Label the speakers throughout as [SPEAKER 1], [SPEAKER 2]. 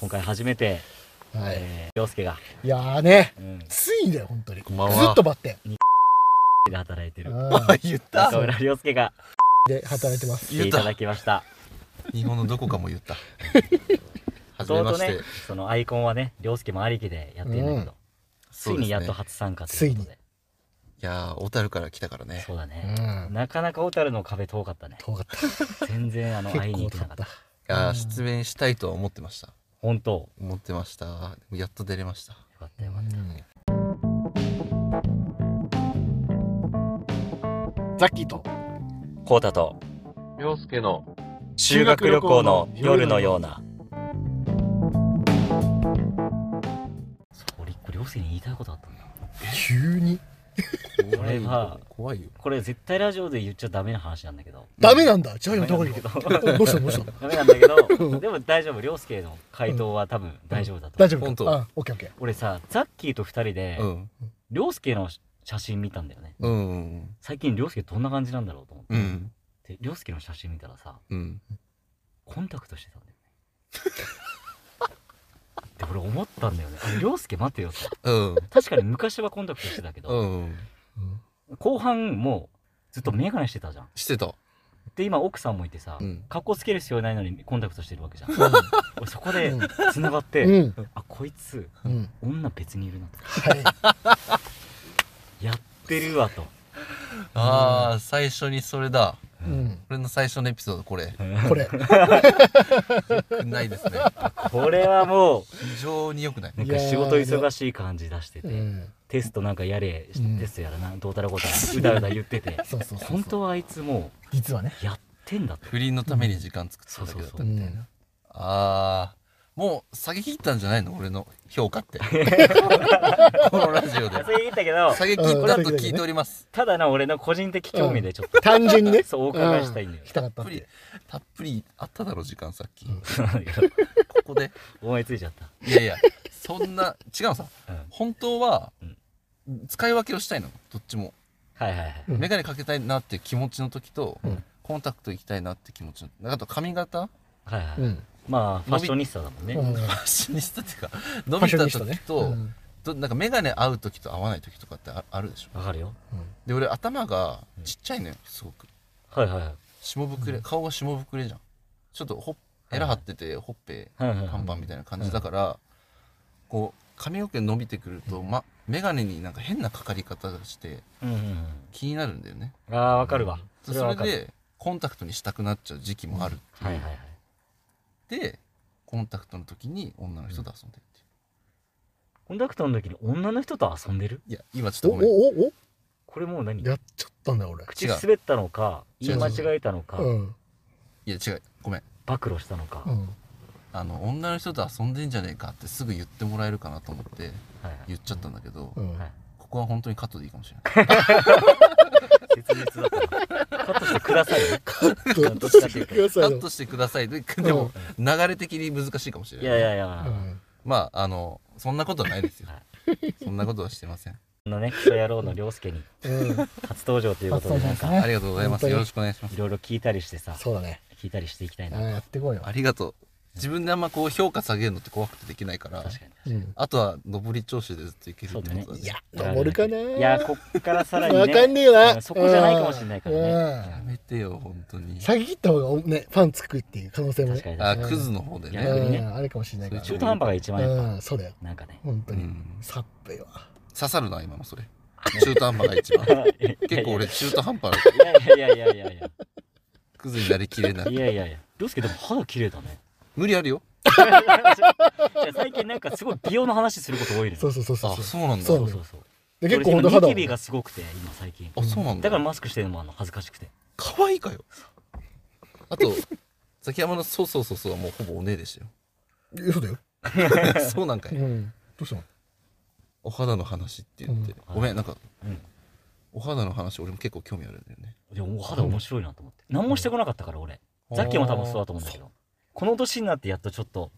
[SPEAKER 1] 今回初めて、
[SPEAKER 2] はい。
[SPEAKER 1] えー、陽介が、
[SPEAKER 2] いやーね、
[SPEAKER 1] うん、
[SPEAKER 2] ついね、本当に。ず
[SPEAKER 3] こんばんは
[SPEAKER 2] っとばって。
[SPEAKER 1] で働いて
[SPEAKER 2] う
[SPEAKER 1] る
[SPEAKER 2] ん
[SPEAKER 3] 言った
[SPEAKER 1] 中村陽介が
[SPEAKER 2] で、働いてます。
[SPEAKER 1] 来ていただきました。
[SPEAKER 3] 日本のどこかも言 った。はじ
[SPEAKER 1] そ
[SPEAKER 3] め
[SPEAKER 1] う
[SPEAKER 3] ま
[SPEAKER 1] と
[SPEAKER 3] し
[SPEAKER 1] ね
[SPEAKER 3] て。、
[SPEAKER 1] そのアイコンはね、涼介もありきでやってるんだけど、つ
[SPEAKER 3] そ
[SPEAKER 1] いう
[SPEAKER 3] ですね
[SPEAKER 1] にやっと初参加ということ
[SPEAKER 2] つい
[SPEAKER 1] で。
[SPEAKER 3] いやー、小樽から来たからね。
[SPEAKER 1] そうだ
[SPEAKER 2] う
[SPEAKER 1] ね。
[SPEAKER 2] ん。
[SPEAKER 1] なかなか小樽の壁遠かったね。
[SPEAKER 2] 遠かった。
[SPEAKER 1] 全然あの会い
[SPEAKER 2] 結
[SPEAKER 1] に行
[SPEAKER 2] 構
[SPEAKER 1] け
[SPEAKER 2] 遠
[SPEAKER 1] な
[SPEAKER 2] か
[SPEAKER 1] か
[SPEAKER 2] っ
[SPEAKER 1] った
[SPEAKER 2] た。。
[SPEAKER 3] いやー、出演したいとは思ってました。
[SPEAKER 1] 本当。よ
[SPEAKER 3] 思ってました。でもやっと出れました。
[SPEAKER 1] かったよかっ
[SPEAKER 4] ザッキーと
[SPEAKER 1] た。コータと
[SPEAKER 3] 洋介の
[SPEAKER 4] 修学旅行の夜のよ
[SPEAKER 1] うな。俺一個涼介に言いたいことあったんだ。
[SPEAKER 2] 急に。
[SPEAKER 1] これは
[SPEAKER 3] 怖いよ。
[SPEAKER 1] これ絶対ラジオで言っちゃダメな話なんだけど。
[SPEAKER 2] ダメなんだ。じゃあやめた方がいいよ。
[SPEAKER 1] ダメなんだけど
[SPEAKER 2] どうしたどうした
[SPEAKER 1] ダメなんだけど、でも大丈夫。涼介の回答は多分大丈夫だと思
[SPEAKER 2] 大
[SPEAKER 1] う。
[SPEAKER 2] 丈夫
[SPEAKER 3] 本当
[SPEAKER 2] かあ、オッケーオッケー。
[SPEAKER 1] 俺さ、ザッキーと二人で
[SPEAKER 3] う、ん。
[SPEAKER 1] 涼介の写真見たんだよね。
[SPEAKER 3] うん。
[SPEAKER 1] 最近涼介どんな感じなんだろうと思って。
[SPEAKER 3] うん。
[SPEAKER 1] で、涼介の写真見たらさ、
[SPEAKER 3] うん。
[SPEAKER 1] コンタクトしてたんだよ ね。で、俺思ったんだよね。あれ涼介待てよと。
[SPEAKER 3] うん。
[SPEAKER 1] 確かに昔はコンタクトしてたけど、
[SPEAKER 3] うん。
[SPEAKER 1] 後半もうずっとメガネしてたじゃん。
[SPEAKER 3] してた。
[SPEAKER 1] で、今奥さんもいてさ、
[SPEAKER 3] うん
[SPEAKER 1] 格好つける必要ないのにコンタクトしてるわけじゃん。
[SPEAKER 2] う
[SPEAKER 1] 俺そこで
[SPEAKER 2] うん
[SPEAKER 1] 繋がって、
[SPEAKER 2] ん。うん。
[SPEAKER 1] あ、こいつ、
[SPEAKER 2] うん。
[SPEAKER 1] 女別にいるなと。
[SPEAKER 2] はい。
[SPEAKER 1] やってるわと。
[SPEAKER 3] あー、最初にそれだ。
[SPEAKER 2] うん。
[SPEAKER 3] 俺の最初のエピソード、これ。
[SPEAKER 2] これ。
[SPEAKER 3] ない ですね。
[SPEAKER 1] これは も、。
[SPEAKER 3] 非常に良くない
[SPEAKER 1] な
[SPEAKER 3] う
[SPEAKER 1] んか仕事忙しい感じ出して
[SPEAKER 2] う
[SPEAKER 1] て、
[SPEAKER 2] ん。
[SPEAKER 1] テストなんかやれ、
[SPEAKER 2] うん
[SPEAKER 1] テストやらな、どうたらこう たら、うだうだ言ってて、
[SPEAKER 2] そうそうそう
[SPEAKER 1] 本
[SPEAKER 2] そう。
[SPEAKER 1] 当はあいつも
[SPEAKER 2] 実はね。
[SPEAKER 1] うやってんだと。
[SPEAKER 3] 不倫のために時間作って
[SPEAKER 1] そ
[SPEAKER 3] た
[SPEAKER 1] う
[SPEAKER 3] だ
[SPEAKER 1] そ
[SPEAKER 3] け
[SPEAKER 1] う
[SPEAKER 3] だ
[SPEAKER 1] そ
[SPEAKER 3] った
[SPEAKER 1] う
[SPEAKER 2] う。ん。
[SPEAKER 3] あーもう下げ切ったんじゃないの俺の評価ってこのラジオで
[SPEAKER 1] それ言ったけど、
[SPEAKER 3] 下げ切ったと聞いております
[SPEAKER 1] ただの俺の個人的興味でちょっと、
[SPEAKER 2] 単純にね。
[SPEAKER 1] そうお伺いしたいんだよ
[SPEAKER 2] う来たかったっ
[SPEAKER 3] たっぷり
[SPEAKER 2] て。
[SPEAKER 3] たっぷりあっただろ時間さっき、
[SPEAKER 2] うん
[SPEAKER 3] ここで
[SPEAKER 1] 思いついちゃった。
[SPEAKER 3] いやいやそんな違うのさ
[SPEAKER 1] うん
[SPEAKER 3] 本当は、
[SPEAKER 1] うん
[SPEAKER 3] 使い分けをしたいのどっちも、
[SPEAKER 1] はいはいはい。
[SPEAKER 2] うん
[SPEAKER 3] メガネかけたいなっていう気持ちの時と、
[SPEAKER 2] うん
[SPEAKER 3] コンタクト行きたいなって気持ちのあと髪型
[SPEAKER 1] はいはい。
[SPEAKER 2] うん。
[SPEAKER 1] まあ、ファッショニスタだもんね。
[SPEAKER 2] うん
[SPEAKER 3] フ
[SPEAKER 2] フ
[SPEAKER 3] ァッショニスタっていうか 伸
[SPEAKER 2] ァッ
[SPEAKER 3] び
[SPEAKER 2] ショ
[SPEAKER 3] た
[SPEAKER 2] ンにし
[SPEAKER 3] 時
[SPEAKER 2] たね。
[SPEAKER 3] と、
[SPEAKER 2] うん
[SPEAKER 3] どなんかメガネ合う時と合わない時とかってああるでしょ
[SPEAKER 1] わかるよ。
[SPEAKER 3] で俺頭がちっちゃいのよすごく
[SPEAKER 1] はいはいはい。
[SPEAKER 3] 下ぶくれ、顔が下ぶくれじゃんちょっとほっ
[SPEAKER 1] い
[SPEAKER 3] エラ張っててほっぺ
[SPEAKER 1] はいはい
[SPEAKER 3] パンパンみたいな感じだから、こう髪の毛伸びてくると、ま、眼鏡になんか変なかかり方がして
[SPEAKER 1] うんうん
[SPEAKER 3] 気になるんだよね
[SPEAKER 1] うん。ああー、わかるわ。
[SPEAKER 3] そ
[SPEAKER 1] は
[SPEAKER 3] れ
[SPEAKER 1] わかる。
[SPEAKER 3] でコンタクトにしたくなっちゃう時期もあるっていう、
[SPEAKER 1] はいはいはい。
[SPEAKER 3] でコンタクトの時に女の人と遊んでるってい
[SPEAKER 1] コンタクトの時に女の人と遊んでる
[SPEAKER 3] ういや今ちょっ
[SPEAKER 2] お
[SPEAKER 3] とごめん
[SPEAKER 2] おおお
[SPEAKER 1] これもう何
[SPEAKER 2] やっちゃったんだよ俺。
[SPEAKER 1] 口滑ったのか、
[SPEAKER 3] 違
[SPEAKER 1] 言
[SPEAKER 3] う
[SPEAKER 1] い間違えたのか、
[SPEAKER 2] うん。
[SPEAKER 3] いや違うごめん
[SPEAKER 1] 暴露したのか。
[SPEAKER 2] う
[SPEAKER 1] はい
[SPEAKER 2] ん。
[SPEAKER 3] あの女の人と遊んでんじゃねえかってすぐ言ってもらえるかなと思って
[SPEAKER 1] はい。
[SPEAKER 3] 言っちゃったんだけど、
[SPEAKER 2] う
[SPEAKER 3] こ
[SPEAKER 2] ん
[SPEAKER 1] はい
[SPEAKER 3] こは本当にカットでいいかもしれない
[SPEAKER 1] 切実だったな。カットしてくださいね。
[SPEAKER 2] ど
[SPEAKER 1] どっ
[SPEAKER 2] っ
[SPEAKER 1] ちか
[SPEAKER 2] ちか
[SPEAKER 1] っ
[SPEAKER 2] ってて
[SPEAKER 1] い
[SPEAKER 2] いうう
[SPEAKER 1] と
[SPEAKER 2] と
[SPEAKER 3] カットしてくださいででも流れ的に難しいかもしれ
[SPEAKER 1] い
[SPEAKER 3] ない
[SPEAKER 1] やいやいや。
[SPEAKER 2] うん
[SPEAKER 3] まああのそんなことはないですよ
[SPEAKER 1] は
[SPEAKER 3] そんなことはしてません
[SPEAKER 1] このね、クソ野郎の涼介に
[SPEAKER 2] うん
[SPEAKER 1] 初登場ということで、
[SPEAKER 2] 初登場
[SPEAKER 1] なん
[SPEAKER 2] です
[SPEAKER 1] か、
[SPEAKER 2] ね
[SPEAKER 3] ありがとうござい
[SPEAKER 2] 本
[SPEAKER 3] ます
[SPEAKER 2] 当に
[SPEAKER 3] よろしくお願いします
[SPEAKER 1] いろいろ聞いたりしてさ、
[SPEAKER 2] そうだね。
[SPEAKER 1] 聞いたりしていきたい
[SPEAKER 2] うん
[SPEAKER 1] な。
[SPEAKER 2] やってこいよ。
[SPEAKER 3] ありがとう自分であんまこう評価下げるのって怖くてできないから
[SPEAKER 1] 確かに。
[SPEAKER 2] うん。
[SPEAKER 3] あとは上り調子でずっといけるってことだね
[SPEAKER 2] いや、登るかないい
[SPEAKER 1] や、こっからさらに
[SPEAKER 2] わかん
[SPEAKER 1] ね、
[SPEAKER 2] ねえよ
[SPEAKER 1] うん
[SPEAKER 2] な。
[SPEAKER 1] そこじゃないかもしれないからね
[SPEAKER 2] うん
[SPEAKER 3] やめてよ本当に
[SPEAKER 2] 先切った方がねファンつくっていう可能性も
[SPEAKER 1] 確か
[SPEAKER 2] ね
[SPEAKER 1] に
[SPEAKER 3] あ
[SPEAKER 1] 確か
[SPEAKER 3] クズの方で
[SPEAKER 1] に逆
[SPEAKER 3] ね
[SPEAKER 1] にね
[SPEAKER 2] うんあるかもしれないか
[SPEAKER 1] に。
[SPEAKER 2] ら
[SPEAKER 1] 中途半端が一番やっ
[SPEAKER 2] うんそうだよ
[SPEAKER 1] ぱ、なんかね。
[SPEAKER 2] 本当
[SPEAKER 3] う
[SPEAKER 2] に、
[SPEAKER 3] ん
[SPEAKER 2] サップよ
[SPEAKER 3] 刺さるな今のそれ中途半端が一 番結構俺中途半端ない
[SPEAKER 1] やいやいやいやいやい や
[SPEAKER 3] クズになりきれない
[SPEAKER 1] いやいやいや涼介でも肌綺麗だね
[SPEAKER 3] 無理あるよ
[SPEAKER 1] いや最近なんかすごい美容の話すること多いのよ
[SPEAKER 2] そうそうそうそ
[SPEAKER 3] あ
[SPEAKER 2] う
[SPEAKER 3] そうなんだ
[SPEAKER 2] そう
[SPEAKER 1] そうそうそう
[SPEAKER 2] で結構本当肌
[SPEAKER 1] 俺
[SPEAKER 2] も
[SPEAKER 1] ニキビがすごくて今最近
[SPEAKER 3] あそうなんだ
[SPEAKER 1] だからマスクしてるのもあの恥ずかしくて
[SPEAKER 3] 可愛いかよあとザキヤマの「そうそうそうそう」はもうほぼお姉でしたよ
[SPEAKER 2] えそうだよ、
[SPEAKER 3] そうなんか
[SPEAKER 2] う
[SPEAKER 3] い。
[SPEAKER 2] ん、どうしたの
[SPEAKER 3] お肌の話って言って。
[SPEAKER 1] うん
[SPEAKER 3] ごめん、なんか、
[SPEAKER 1] うん
[SPEAKER 3] お肌の話俺も結構興味あるんだよね。
[SPEAKER 1] でもお肌面白いなと思って何もしてこなかったから俺さっきも多分そうだと思うんだけどこの年になってやっとちょっと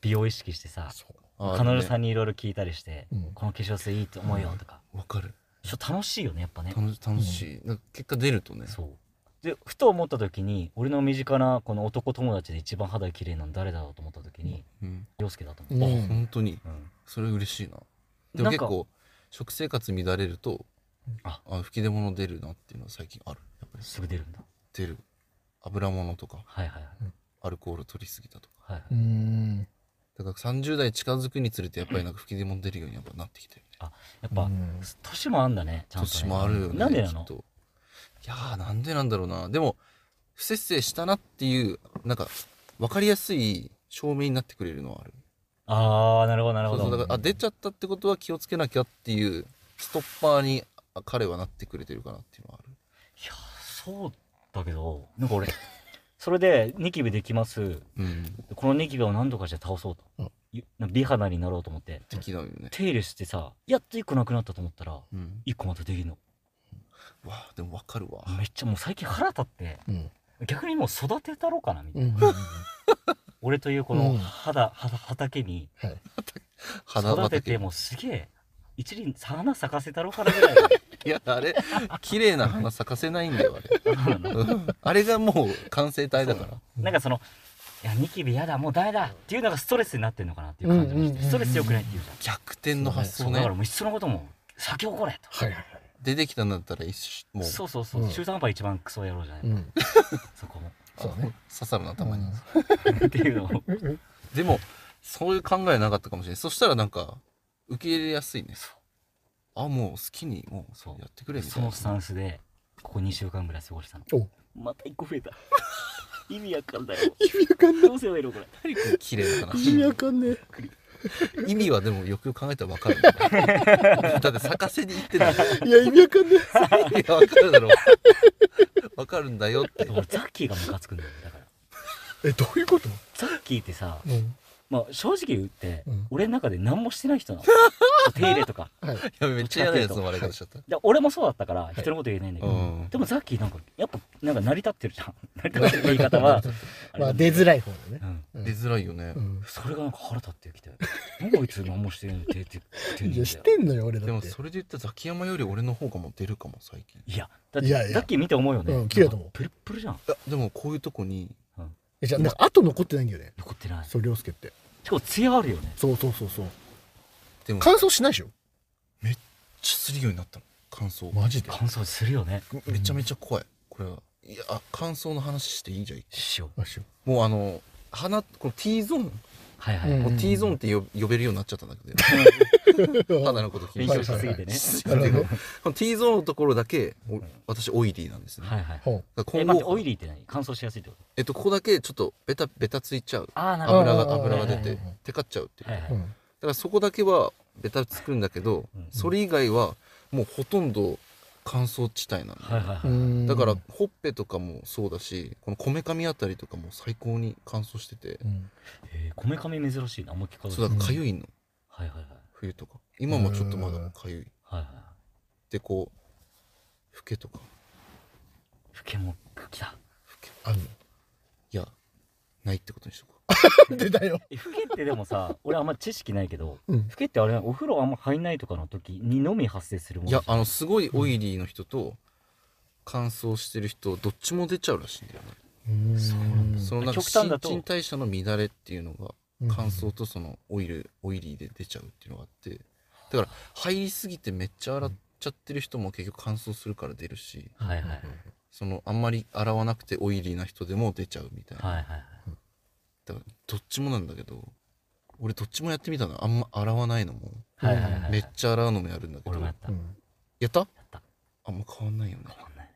[SPEAKER 1] 美容意識してさ
[SPEAKER 2] そう
[SPEAKER 3] あー
[SPEAKER 1] 彼女さ
[SPEAKER 3] ね
[SPEAKER 1] んにいろいろ聞いたりして
[SPEAKER 2] うん
[SPEAKER 1] この化粧水いいと思うよとか
[SPEAKER 3] わかる。
[SPEAKER 1] ちょっと楽しいよねやっぱね
[SPEAKER 3] 楽し楽しい。なんか結果出るとね。
[SPEAKER 1] そうでふと思った時に俺の身近なこの男友達で一番肌綺麗なの誰だろうと思った時に
[SPEAKER 3] うん。
[SPEAKER 1] 陽介だと
[SPEAKER 2] う
[SPEAKER 1] 思
[SPEAKER 2] ん
[SPEAKER 1] う、
[SPEAKER 3] 本当に
[SPEAKER 1] うん
[SPEAKER 3] それ嬉しいなで
[SPEAKER 1] な
[SPEAKER 3] も
[SPEAKER 1] ん
[SPEAKER 3] 結
[SPEAKER 1] か
[SPEAKER 3] 構食生活乱れると
[SPEAKER 1] あ
[SPEAKER 3] あ吹き出物出るなっていうのは最近あるやっぱり
[SPEAKER 1] すぐ出るんだ
[SPEAKER 3] 出る油物とか
[SPEAKER 1] はいはいはい
[SPEAKER 3] アルコール取りすぎたとか
[SPEAKER 1] はいはい、
[SPEAKER 2] うん
[SPEAKER 3] だから30代近づくにつれてやっぱりなんか吹き出物出るようにやっぱなってきてるね
[SPEAKER 1] やっぱ、
[SPEAKER 2] うん
[SPEAKER 1] 年もあんだねちゃんと、ね、
[SPEAKER 3] 年もあるよね
[SPEAKER 1] なんでな
[SPEAKER 3] き
[SPEAKER 1] の
[SPEAKER 3] っといやーなんでなんだろうなでも不節制したなっていうなんか分かりやすい証明になってくれるのはある
[SPEAKER 1] ああなるほどなるほ
[SPEAKER 3] そ
[SPEAKER 1] ど
[SPEAKER 3] うそうだからあ出ちゃったってことは気をつけなきゃっていうストッパーにあ彼はなってくれてるかなっていうのはある
[SPEAKER 1] いやそうだけどなんか俺それでニキビできます
[SPEAKER 3] うん
[SPEAKER 1] このニキビを何とかして倒そう
[SPEAKER 2] う
[SPEAKER 1] と
[SPEAKER 2] ん、
[SPEAKER 1] いなんか美肌になろうと思って
[SPEAKER 3] できないよね
[SPEAKER 1] 手入れしてさやっと1個なくなったと思ったら
[SPEAKER 3] うん
[SPEAKER 1] 1個またできるの
[SPEAKER 3] わあでも分かるわ
[SPEAKER 1] めっちゃもう最近腹立って
[SPEAKER 2] うん
[SPEAKER 1] 逆にもう育てたろうかなみたいな、
[SPEAKER 2] うん
[SPEAKER 1] 俺というこ
[SPEAKER 2] う
[SPEAKER 1] の
[SPEAKER 2] ん
[SPEAKER 1] 肌、肌畑に
[SPEAKER 3] 花
[SPEAKER 1] 育てて
[SPEAKER 3] 畑
[SPEAKER 1] もうすげえ一輪花咲かせたろうかなぐらいの
[SPEAKER 3] いやあれ綺麗な花咲かせないんだよ
[SPEAKER 1] そうな
[SPEAKER 3] あれ
[SPEAKER 1] の
[SPEAKER 3] うんあれがもう完成体だから
[SPEAKER 1] なんかそのいやニキビやだもうダメだっていうのがストレスになってんのかなっていう感じがして、
[SPEAKER 2] うんうんうんうん
[SPEAKER 1] ストレスよくないっていうじゃん
[SPEAKER 3] 逆転の発
[SPEAKER 1] そ
[SPEAKER 3] 想
[SPEAKER 1] うだか
[SPEAKER 3] ね
[SPEAKER 1] らもういっそのことも先怒れと、
[SPEAKER 2] はいはい
[SPEAKER 3] 出てきたんだったら一緒もう
[SPEAKER 1] そうそうそう、
[SPEAKER 2] うん
[SPEAKER 1] 中途半端一番クソ野郎じゃない、
[SPEAKER 2] うん
[SPEAKER 1] そ こも
[SPEAKER 2] そうね
[SPEAKER 3] 刺さるな頭に、
[SPEAKER 2] うん
[SPEAKER 1] っていうのを
[SPEAKER 3] でもそういう考えなかったかもしれないそしたらなんか受け入れやすいね
[SPEAKER 1] そう
[SPEAKER 3] あもう好きにも
[SPEAKER 1] そう
[SPEAKER 3] うやってくれみた
[SPEAKER 1] そ
[SPEAKER 3] いな
[SPEAKER 1] のスタンスでここ2週間ぐらい過ごしたの
[SPEAKER 2] お
[SPEAKER 1] また1個増えた 意味わかんないよ
[SPEAKER 2] 意味わかんない
[SPEAKER 1] どうすればいいのこれ
[SPEAKER 3] 綺麗だな
[SPEAKER 2] 意味わかんね
[SPEAKER 3] 意味はでもよくよく考えたら分か るんだよだって逆せに言ってない
[SPEAKER 2] えいや意味わかんね
[SPEAKER 3] いや分かるだろ分かるんだよって
[SPEAKER 1] 俺ザッキーがムカつくんだよだから
[SPEAKER 2] ええどういうこと
[SPEAKER 1] ザッキーってさ
[SPEAKER 2] うん
[SPEAKER 1] まあ正直言って、
[SPEAKER 2] うん
[SPEAKER 1] 俺の中で何もしてない 人なの手入れとか
[SPEAKER 2] はい
[SPEAKER 3] いやめっちゃ嫌なやつの笑い方しちゃった、
[SPEAKER 1] いや俺もそうだったから人のこと言えないんだけ
[SPEAKER 3] う
[SPEAKER 1] ど、
[SPEAKER 3] ん
[SPEAKER 1] でもザッキーなんかやっぱなんか成り立ってるじゃん成り立ってる言い 方はあれ
[SPEAKER 2] ま
[SPEAKER 1] だ
[SPEAKER 2] あ
[SPEAKER 1] けど
[SPEAKER 2] 出づらい方だね
[SPEAKER 1] うん
[SPEAKER 2] うん
[SPEAKER 3] 出づらいよね、
[SPEAKER 2] うん
[SPEAKER 1] それがなんか腹立ってきて「なんかこいつ何もしてない手って言っ
[SPEAKER 2] い
[SPEAKER 1] てん
[SPEAKER 2] や
[SPEAKER 1] だ
[SPEAKER 2] 知
[SPEAKER 1] よ
[SPEAKER 2] ってんのよ俺
[SPEAKER 3] で
[SPEAKER 2] だっ
[SPEAKER 3] も
[SPEAKER 2] て
[SPEAKER 3] それで言ったらザキヤマより俺の方がもう出るかも最近
[SPEAKER 1] いやだっ
[SPEAKER 2] いやい
[SPEAKER 1] て
[SPEAKER 2] や
[SPEAKER 1] ザッキー見て思うよね、
[SPEAKER 2] うん綺麗だと思う
[SPEAKER 1] プルップルじゃん
[SPEAKER 3] いやでもこういうとこに
[SPEAKER 2] えじゃあなんか後残ってないんだよね
[SPEAKER 1] 残ってないし
[SPEAKER 2] そう涼介って
[SPEAKER 1] かもツヤあるよね
[SPEAKER 2] そうそうそうそう
[SPEAKER 3] でもめっ
[SPEAKER 2] 乾燥しないでしょ
[SPEAKER 3] ちゃするようになったの感想
[SPEAKER 2] マジで
[SPEAKER 1] 乾燥するよね
[SPEAKER 3] めちゃめちゃ怖いこれはいや感想の話していいじゃん
[SPEAKER 1] しよう
[SPEAKER 2] マジよ
[SPEAKER 3] もうあの鼻この T ゾーン、
[SPEAKER 1] はいはい、
[SPEAKER 2] うん
[SPEAKER 3] もう T ゾーンって呼呼べるようになっちゃったんだけど鼻のこと聞い
[SPEAKER 1] 勉
[SPEAKER 3] て
[SPEAKER 1] 強しすぎてね、
[SPEAKER 2] なるほど
[SPEAKER 3] この T ゾーンのところだけお私オイリーなんですね、
[SPEAKER 1] はいはい
[SPEAKER 2] ほう
[SPEAKER 3] だから
[SPEAKER 1] え
[SPEAKER 3] 今
[SPEAKER 1] 待っ
[SPEAKER 3] 後
[SPEAKER 1] てオイリーって何乾燥しやすいってこと
[SPEAKER 3] えっとここだけちょっとベタベタついちゃう
[SPEAKER 1] ああなるほど
[SPEAKER 3] 油
[SPEAKER 2] あ
[SPEAKER 3] が
[SPEAKER 2] ー
[SPEAKER 3] 油が出
[SPEAKER 1] はいはい
[SPEAKER 3] て
[SPEAKER 2] はいはい
[SPEAKER 3] テカっちゃうっていう
[SPEAKER 1] はい
[SPEAKER 3] だ
[SPEAKER 1] はい
[SPEAKER 2] うん
[SPEAKER 3] からそこだけはベタつくんだけど、
[SPEAKER 1] うん
[SPEAKER 3] それ以外はもうほとんど乾燥地帯なんだ
[SPEAKER 1] は
[SPEAKER 3] よ、
[SPEAKER 1] いはいは
[SPEAKER 2] う
[SPEAKER 1] い、
[SPEAKER 2] ん
[SPEAKER 3] だからほっぺとかもそうだしこのこめかみあたりとかも最高に乾燥してて、
[SPEAKER 2] うん
[SPEAKER 1] えー、こめかみ珍しいなあんま聞かない
[SPEAKER 3] そうだからかゆいの、
[SPEAKER 1] はいはいはい
[SPEAKER 3] 冬とか今もちょっとまだかゆい
[SPEAKER 1] はいはい
[SPEAKER 3] でこうフケとか
[SPEAKER 1] 老けも来た
[SPEAKER 2] あ
[SPEAKER 3] いやないってことにしとこ
[SPEAKER 2] の出たよ
[SPEAKER 1] え老けってでもさ 俺あんま知識ないけど
[SPEAKER 2] うん
[SPEAKER 1] 老けってあれお風呂あんま入んないとかの時にのみ発生する
[SPEAKER 3] う
[SPEAKER 1] も
[SPEAKER 3] い
[SPEAKER 1] の
[SPEAKER 3] やあのすごいオイリーの人と乾燥してる人どっちも出ちゃうらしいんだよね、
[SPEAKER 2] そうなん
[SPEAKER 3] そのなんか
[SPEAKER 1] 極端だと
[SPEAKER 3] 新陳代謝の乱れっていうのが乾燥とそのオイルオイリーで出ちゃうっていうのがあってだから入りすぎてめっちゃ洗っちゃってる人も結局乾燥するから出るし
[SPEAKER 1] はいはいはい
[SPEAKER 3] そのあんまり洗わなくてオイリーな人でも出ちゃうみたいな、
[SPEAKER 1] はいはい
[SPEAKER 3] だからどっちもなんだけど俺どっちもやってみたのあんま洗わないのも
[SPEAKER 1] はいはいはい
[SPEAKER 3] めっちゃ洗うのもやるんだけど
[SPEAKER 1] 俺もやった、や
[SPEAKER 3] やった
[SPEAKER 1] った
[SPEAKER 3] あんま変わんないよね
[SPEAKER 1] 変わんないね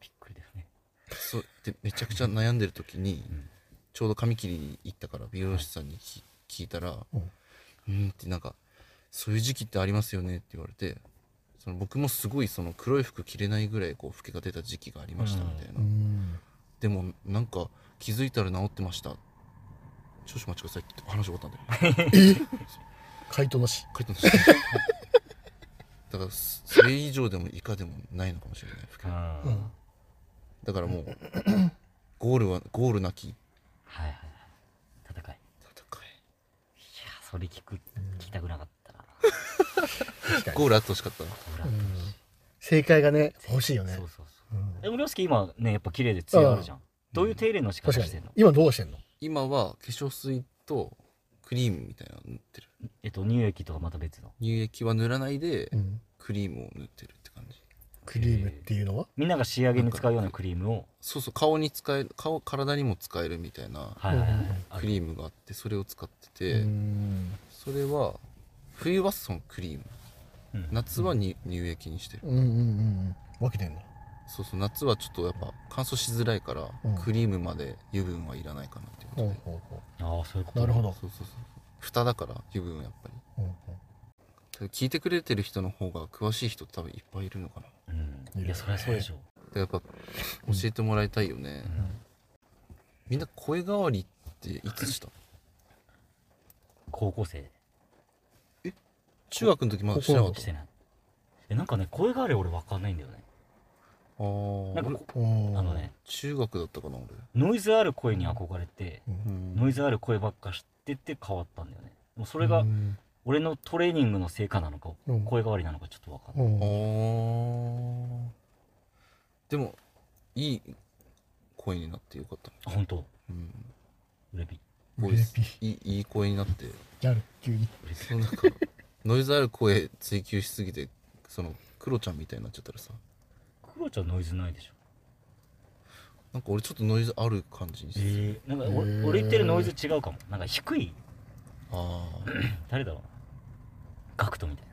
[SPEAKER 1] びっくりですね
[SPEAKER 3] そうでめちゃくちゃ悩んでる時に、
[SPEAKER 1] うん
[SPEAKER 3] ちょうど髪切りに行ったから美容師さんにき聞いたら「
[SPEAKER 2] うん
[SPEAKER 3] うん」ってなんか「そういう時期ってありますよね」って言われてその僕もすごいその黒い服着れないぐらいこう老けが出た時期がありましたみたいな、
[SPEAKER 2] うん
[SPEAKER 3] でもなんか気づいたら治ってました少々お待ちくださいって話終わったんだよ
[SPEAKER 2] 回答なし
[SPEAKER 3] 書いてましただからそれ以上でも以下でもないのかもしれない
[SPEAKER 1] うん、はい
[SPEAKER 2] ん
[SPEAKER 3] だからもうゴールはゴールなき
[SPEAKER 1] はいはい戦いい
[SPEAKER 3] 戦
[SPEAKER 1] やそれ聞く聞きたくなかったな
[SPEAKER 2] 確か
[SPEAKER 3] い
[SPEAKER 2] に
[SPEAKER 3] ゴールあってほしかったな
[SPEAKER 1] 俺
[SPEAKER 2] う
[SPEAKER 1] は
[SPEAKER 2] ん正解がね欲しいよね
[SPEAKER 1] そうそうそう
[SPEAKER 2] うん
[SPEAKER 1] でも涼介今ねやっぱ綺麗で強いあるじゃんどういう手入れの仕方
[SPEAKER 2] 確か
[SPEAKER 1] して
[SPEAKER 2] に
[SPEAKER 1] んの
[SPEAKER 2] 今どうしてんの
[SPEAKER 3] 今は化粧水とクリームみたいなの塗ってる
[SPEAKER 1] えっと乳液とはまた別の
[SPEAKER 3] 乳液は塗らないで
[SPEAKER 2] うん
[SPEAKER 3] クリームを塗ってるって感じ
[SPEAKER 2] クリームっていうのは
[SPEAKER 1] みんなが仕上げに使うようなクリームを
[SPEAKER 3] そうそう顔に使える顔体にも使えるみたいな
[SPEAKER 1] はいはいはいあ
[SPEAKER 3] ク
[SPEAKER 1] る
[SPEAKER 3] リームがあってそれを使って
[SPEAKER 2] う
[SPEAKER 3] て、
[SPEAKER 2] ーん
[SPEAKER 3] それは冬はそのクリーム
[SPEAKER 1] うん
[SPEAKER 3] 夏はに乳液にしてる
[SPEAKER 2] うんうんうん分けてんだ
[SPEAKER 3] そうそう夏はちょっとやっぱ乾燥しづらいから、
[SPEAKER 2] うん
[SPEAKER 3] クリームまで油分はいらないかなっていうこと
[SPEAKER 2] ほうほう
[SPEAKER 3] で、
[SPEAKER 2] ほ
[SPEAKER 1] ああそういうこと
[SPEAKER 2] うなるほ
[SPEAKER 1] ど
[SPEAKER 2] ど
[SPEAKER 3] そうそうそう蓋だから油分はやっぱり
[SPEAKER 2] うんうん
[SPEAKER 3] ただ聞いてくれてる人の方が詳しい人多分いっぱいいるのかな
[SPEAKER 1] うんいやそりゃそうでしょ
[SPEAKER 3] でやっぱ教えてもらいたいよね、
[SPEAKER 1] うん
[SPEAKER 3] みんな声変わりっていつした
[SPEAKER 1] 高校生
[SPEAKER 3] 中学の時まだしてなかっ
[SPEAKER 1] したてないえなんかね声変わり俺分かんないんだよね
[SPEAKER 3] あー
[SPEAKER 1] なんか
[SPEAKER 3] 俺
[SPEAKER 1] こ
[SPEAKER 2] おー
[SPEAKER 1] あのね
[SPEAKER 3] 中学だったかな俺
[SPEAKER 1] ノイズある声に憧れて
[SPEAKER 3] うん
[SPEAKER 1] ノイズある声ばっかしてて変わったんだよねでもそれが
[SPEAKER 3] うん
[SPEAKER 1] 俺のトレーニングの成果なのか
[SPEAKER 2] うん
[SPEAKER 1] 声変わりなのかちょっと分かんない
[SPEAKER 2] うん
[SPEAKER 3] あーでもいい声になってよかった、
[SPEAKER 1] あ本当
[SPEAKER 3] うん、
[SPEAKER 1] うれび
[SPEAKER 3] ボ
[SPEAKER 2] う
[SPEAKER 3] イ
[SPEAKER 2] れ
[SPEAKER 3] ス
[SPEAKER 2] ぴ
[SPEAKER 3] いいいい声になって
[SPEAKER 2] なる急に
[SPEAKER 1] うれび
[SPEAKER 3] そのなんかノイズある声追求しすぎてそのクロちゃんみたいになっちゃったらさ
[SPEAKER 1] クロちゃんノイズないでしょ
[SPEAKER 3] なんか俺ちょっとノイズある感じにして、
[SPEAKER 1] えなんかお
[SPEAKER 2] へー
[SPEAKER 1] 俺言ってるノイズ違うかもなんか低い
[SPEAKER 3] ああ
[SPEAKER 1] 誰だろうなガクトみたい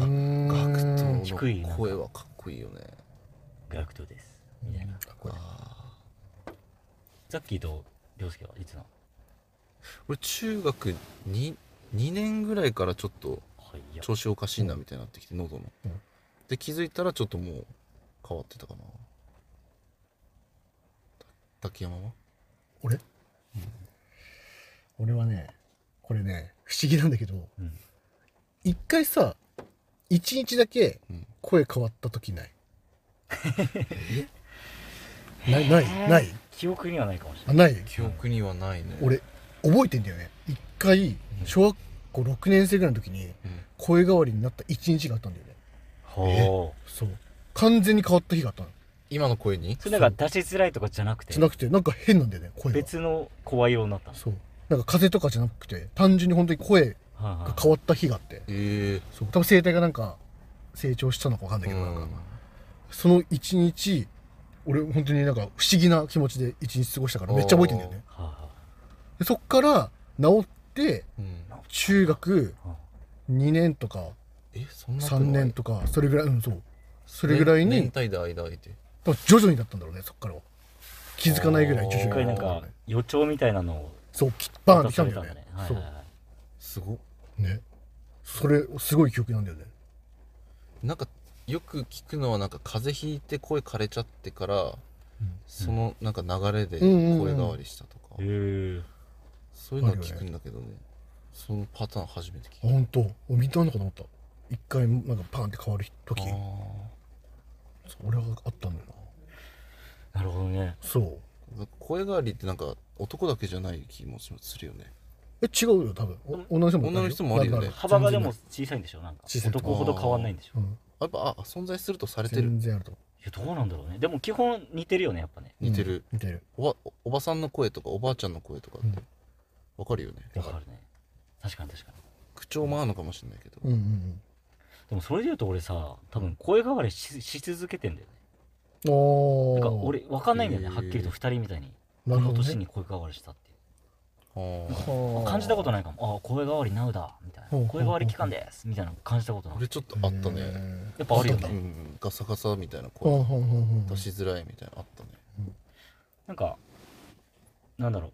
[SPEAKER 1] な
[SPEAKER 2] うーん
[SPEAKER 3] ガクト
[SPEAKER 1] 低いな
[SPEAKER 3] の声はかっこいいよね
[SPEAKER 1] ガクトですみたいな
[SPEAKER 3] あ
[SPEAKER 1] ザッキーと涼介はいつなの
[SPEAKER 3] ー俺中学 2, 2年ぐらいからちょっと
[SPEAKER 1] はいいや
[SPEAKER 3] 調子おかしいなみたいになってきて喉の、
[SPEAKER 2] うん
[SPEAKER 3] で気づいたらちょっともう変わってたかなた竹山は
[SPEAKER 2] 俺、俺はねこれね不思議なんだけど
[SPEAKER 1] うん
[SPEAKER 2] 一回さ一日だけ
[SPEAKER 3] うん
[SPEAKER 2] 声変わった時ない、 ないないない
[SPEAKER 1] 記憶にはないかもしれ
[SPEAKER 2] あ
[SPEAKER 1] ない
[SPEAKER 2] ない
[SPEAKER 3] 記憶にはないね
[SPEAKER 2] 俺覚えてんだよね一回小学校6年生ぐらいの時に
[SPEAKER 3] うん
[SPEAKER 2] 声変わりになった一日があったんだよね
[SPEAKER 1] ほう
[SPEAKER 2] そう完全に変わった日があったの
[SPEAKER 3] 今の声に
[SPEAKER 1] それなんか出しづらいとかじゃなくて
[SPEAKER 2] じゃなくてなんか変なんだよね声が
[SPEAKER 1] 別の声色になったの
[SPEAKER 2] そうなんか風邪とかじゃなくて単純に本当に声
[SPEAKER 1] はいはい
[SPEAKER 2] が変わった日があって
[SPEAKER 3] え
[SPEAKER 2] そう多分声帯がなんか成長したのかわかん
[SPEAKER 3] え
[SPEAKER 2] ないけど、なんか
[SPEAKER 3] うん
[SPEAKER 2] その一日俺本当になんか不思議な気持ちで一日過ごしたからめっちゃ覚えてんだよね
[SPEAKER 1] はいは
[SPEAKER 2] でそっから治って
[SPEAKER 3] うん
[SPEAKER 2] 中学
[SPEAKER 1] いはい
[SPEAKER 2] 2年とか
[SPEAKER 3] えそんなこと
[SPEAKER 2] 3
[SPEAKER 3] ない
[SPEAKER 2] 年とかそれぐらいうんそうそれぐらい
[SPEAKER 3] ね
[SPEAKER 2] に
[SPEAKER 3] 年単位で間空いて
[SPEAKER 2] 多分徐々にだったんだろうねそっからは気づかないぐらい
[SPEAKER 3] あー
[SPEAKER 2] 徐
[SPEAKER 1] 一
[SPEAKER 2] 々
[SPEAKER 1] 回
[SPEAKER 2] に
[SPEAKER 1] なんか予兆みたいなのを
[SPEAKER 2] そうきバーンってきたんだよね
[SPEAKER 1] 渡さ
[SPEAKER 2] そ
[SPEAKER 1] れ
[SPEAKER 2] う
[SPEAKER 1] たんだね
[SPEAKER 3] すごっ
[SPEAKER 2] ねそれすごい記憶なんだよね
[SPEAKER 3] なんかよく聞くのはなんか風邪ひいて声枯れちゃってから、そのなんか流れで
[SPEAKER 2] うんうんうん
[SPEAKER 3] 声変わりしたとか、
[SPEAKER 1] はいはいへえ
[SPEAKER 3] そういうのは聞くんだけどねそのパターン初めて聞いた
[SPEAKER 2] 本当お見たんのかと思った一回なんかパーンって変わる時そう俺はあったんだよな
[SPEAKER 1] なるほどね
[SPEAKER 2] そう
[SPEAKER 3] なんか声変わりってなんか男だけじゃない気もするよね
[SPEAKER 2] え違うよ多分お女の人も
[SPEAKER 3] 女の人もあるよね
[SPEAKER 2] な
[SPEAKER 1] 幅がで
[SPEAKER 2] な
[SPEAKER 1] も
[SPEAKER 2] る
[SPEAKER 1] 小さいんでしょなんか
[SPEAKER 2] 小さい
[SPEAKER 1] 男ほど変わんないんでしょ
[SPEAKER 2] うん
[SPEAKER 3] やっぱあ存在するとされてる
[SPEAKER 2] 全然あると思
[SPEAKER 1] いやどうなんだろうねでも基本似てるよねやっぱね
[SPEAKER 2] う
[SPEAKER 3] 似て
[SPEAKER 2] う
[SPEAKER 3] る、
[SPEAKER 2] ん似てる
[SPEAKER 3] おばおばさんの声とかおばあちゃんの声とかって
[SPEAKER 2] うん
[SPEAKER 3] わかるよね、
[SPEAKER 1] わかるね確かに確かに
[SPEAKER 3] 口調も合うのかもしれないけど、
[SPEAKER 2] うんうん
[SPEAKER 1] でもそれで言うと俺さ多分声変わりしし続けてんだよね
[SPEAKER 2] うんおー
[SPEAKER 1] なんか俺わかんないんだよね
[SPEAKER 3] へー
[SPEAKER 1] はっきりと二人みたいに
[SPEAKER 2] な
[SPEAKER 1] こ
[SPEAKER 2] る
[SPEAKER 1] の
[SPEAKER 2] ほどね
[SPEAKER 1] 年に声変わりしたっていう
[SPEAKER 3] あー
[SPEAKER 2] はあ
[SPEAKER 1] 感じたことないかもああ声変わりなうだみたい
[SPEAKER 2] ほうほう
[SPEAKER 1] な
[SPEAKER 2] ほう
[SPEAKER 1] 声変わり期間ですみたいなの感じたことな
[SPEAKER 3] 俺
[SPEAKER 1] い
[SPEAKER 3] ちょっとあったね、
[SPEAKER 2] うん
[SPEAKER 1] やっぱあるよ
[SPEAKER 3] うんう
[SPEAKER 1] ね
[SPEAKER 3] ん、ガサガサみたいな
[SPEAKER 2] ほ
[SPEAKER 3] 声
[SPEAKER 2] んほんほんほん
[SPEAKER 3] 出しづらいみたいなのあったね
[SPEAKER 1] なんかなんだろう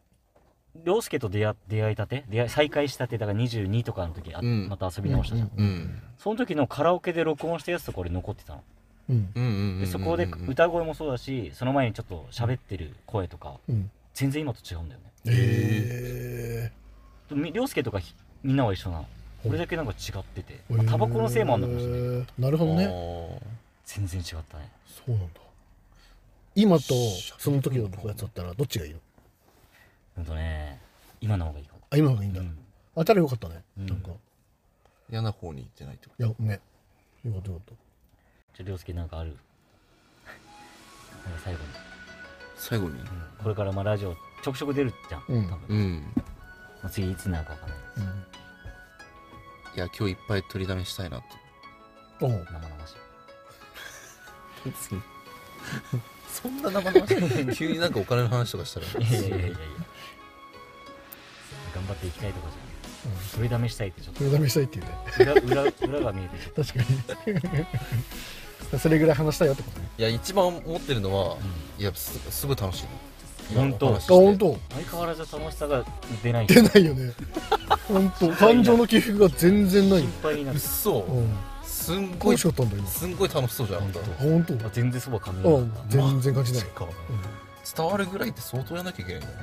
[SPEAKER 1] 涼介と出会出会いたて出会い再会したてだから22とかの時あ
[SPEAKER 3] うん
[SPEAKER 1] また遊び直したじゃん
[SPEAKER 2] うん
[SPEAKER 3] うん
[SPEAKER 1] その時のカラオケで録音したやつとか俺残ってたの
[SPEAKER 2] うん
[SPEAKER 3] うんうんうんうんうん
[SPEAKER 1] でそこで歌声もそうだしその前にちょっと喋ってる声とか
[SPEAKER 2] うん
[SPEAKER 1] 全然今と違うんだよね
[SPEAKER 2] え
[SPEAKER 1] でみ涼介とかひみんなは一緒なの
[SPEAKER 2] う
[SPEAKER 1] 俺だけなんか違ってて
[SPEAKER 2] え
[SPEAKER 1] まあタバコのせいもあんのかもしれないけど
[SPEAKER 2] なるほどね
[SPEAKER 3] ね
[SPEAKER 1] 全然違ったね
[SPEAKER 2] そうなんだ今とその時のやつだったらどっちがいいの
[SPEAKER 1] ほんとね今の方がいいかも
[SPEAKER 2] あ今の方がいいんだ
[SPEAKER 1] うん
[SPEAKER 2] あたらよかったね
[SPEAKER 1] うん
[SPEAKER 2] なんか
[SPEAKER 3] 嫌な方に行ってないってこ
[SPEAKER 2] いやねよかったよかっ
[SPEAKER 1] じゃあ涼介なんかある なんか最後に、
[SPEAKER 3] と最後に
[SPEAKER 1] うんこれからまあラジオちょくちょく出るじゃん、
[SPEAKER 2] うん
[SPEAKER 1] 多分、
[SPEAKER 3] うん
[SPEAKER 1] ままあ次いつになるかわからないです、
[SPEAKER 3] いや今日いっぱい取りだめしたいなと
[SPEAKER 2] うん、おう
[SPEAKER 1] 生々しい
[SPEAKER 3] そんな生々しい急になんかお金の話とかしたら
[SPEAKER 1] いやいやいやいやいや頑張っていきたいとこじゃない取りだめしたいってちょっ
[SPEAKER 2] 取りだめしたいっていうね
[SPEAKER 1] と裏裏裏が見えてちょっ
[SPEAKER 2] 確かに それぐらい話したいよってことね
[SPEAKER 3] いや一番思ってるのは、いやすすごい楽しい
[SPEAKER 1] と本当
[SPEAKER 3] 今お話し
[SPEAKER 2] あ
[SPEAKER 3] して
[SPEAKER 2] 本当
[SPEAKER 1] 相変わらず楽しさが出ない
[SPEAKER 2] 出
[SPEAKER 1] 心
[SPEAKER 2] ないよね本 当感情の起伏が全然ないよ、
[SPEAKER 1] 配にな
[SPEAKER 3] うっ
[SPEAKER 1] る
[SPEAKER 3] そ、
[SPEAKER 2] うん、
[SPEAKER 3] すんご
[SPEAKER 2] 楽
[SPEAKER 3] い
[SPEAKER 2] しかったんだ今
[SPEAKER 3] すんごい楽しそうじゃんあんた
[SPEAKER 1] 本
[SPEAKER 2] 本当
[SPEAKER 1] あ全然そば噛み
[SPEAKER 2] う
[SPEAKER 1] なんかった
[SPEAKER 2] 全然感じない
[SPEAKER 3] マジか伝わるぐらいって相当やんなきゃいけないんだね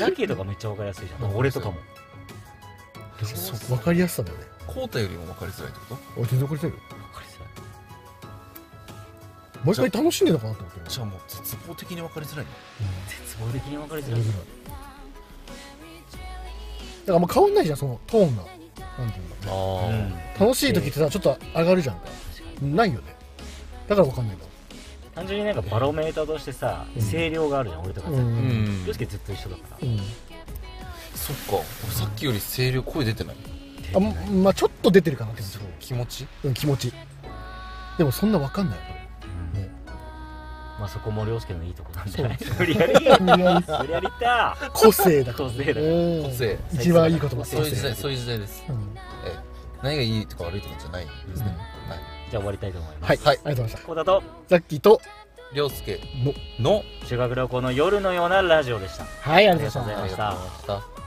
[SPEAKER 1] ザッキーとかめっちゃわかりやすいじゃ
[SPEAKER 3] うん
[SPEAKER 1] ん俺とかも
[SPEAKER 2] そう分かりやすさだよね
[SPEAKER 3] コータよりも分かりづらいってこ
[SPEAKER 2] あ全然分かりたいよ
[SPEAKER 1] わかりづらい
[SPEAKER 2] 毎回楽しんでたかなと思って
[SPEAKER 3] とじゃあもう絶望的に分かりづらいの
[SPEAKER 1] 絶望的にわかり
[SPEAKER 2] そ
[SPEAKER 1] づ
[SPEAKER 2] れ
[SPEAKER 1] らい
[SPEAKER 2] ぐらいだからもう変わんないじゃんそのトーンがなんていうんだろ
[SPEAKER 3] あ
[SPEAKER 1] うん
[SPEAKER 2] う楽しい時ってさちょっと上がるじゃん
[SPEAKER 1] 確かに
[SPEAKER 2] ないよねだから分かんないんだ
[SPEAKER 1] 単純になんかバロメーターとしてさ
[SPEAKER 2] うん
[SPEAKER 1] 声量があるじゃん俺とか
[SPEAKER 2] う
[SPEAKER 1] さ
[SPEAKER 2] ん、
[SPEAKER 3] うん、
[SPEAKER 1] 凌介ずっと一緒だから
[SPEAKER 2] うん
[SPEAKER 3] そっか俺さっきより声量声出てない
[SPEAKER 2] あまあちょっと出てるかなって
[SPEAKER 3] そう気持ち
[SPEAKER 2] うん気持ちでもそんな分かんないよ
[SPEAKER 1] うん
[SPEAKER 2] ね
[SPEAKER 1] まあそこも凌介のいいとこなんじゃない無理やり無理やりった
[SPEAKER 2] 個性だから
[SPEAKER 1] 個性だ
[SPEAKER 2] うん
[SPEAKER 3] 個性
[SPEAKER 2] 一番いい言葉
[SPEAKER 1] 個性
[SPEAKER 3] そういう時代そう
[SPEAKER 2] いう、
[SPEAKER 3] いう時代です
[SPEAKER 2] うん
[SPEAKER 3] 何がいいとか悪いとかじゃないですね、はい
[SPEAKER 1] じゃあ終わりたいと思います
[SPEAKER 2] はい、
[SPEAKER 3] はい
[SPEAKER 2] ありがとうございまし
[SPEAKER 1] こうだと
[SPEAKER 2] たザッキーと
[SPEAKER 3] 涼介
[SPEAKER 2] の
[SPEAKER 3] の
[SPEAKER 1] 修学旅行の夜のようなラジオでした
[SPEAKER 2] はいあ
[SPEAKER 1] あ
[SPEAKER 2] りがとうございました
[SPEAKER 1] りがとうございました
[SPEAKER 3] た